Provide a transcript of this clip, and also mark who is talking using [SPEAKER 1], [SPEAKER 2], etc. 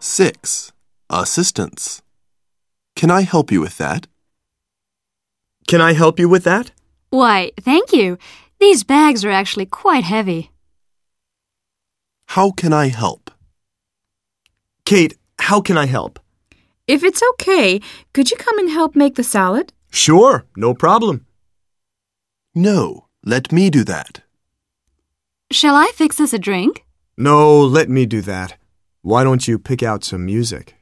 [SPEAKER 1] 6. Assistance. Can I help you with that?
[SPEAKER 2] Can I help you with that?
[SPEAKER 3] Why, thank you. These bags are actually quite heavy.
[SPEAKER 1] How can I help?
[SPEAKER 2] Kate, how can I help?
[SPEAKER 4] If it's okay, could you come and help make the salad?
[SPEAKER 2] Sure, no problem.
[SPEAKER 1] No, let me do that.
[SPEAKER 3] Shall I fix us a drink?
[SPEAKER 2] No, let me do that. Why don't you pick out some music?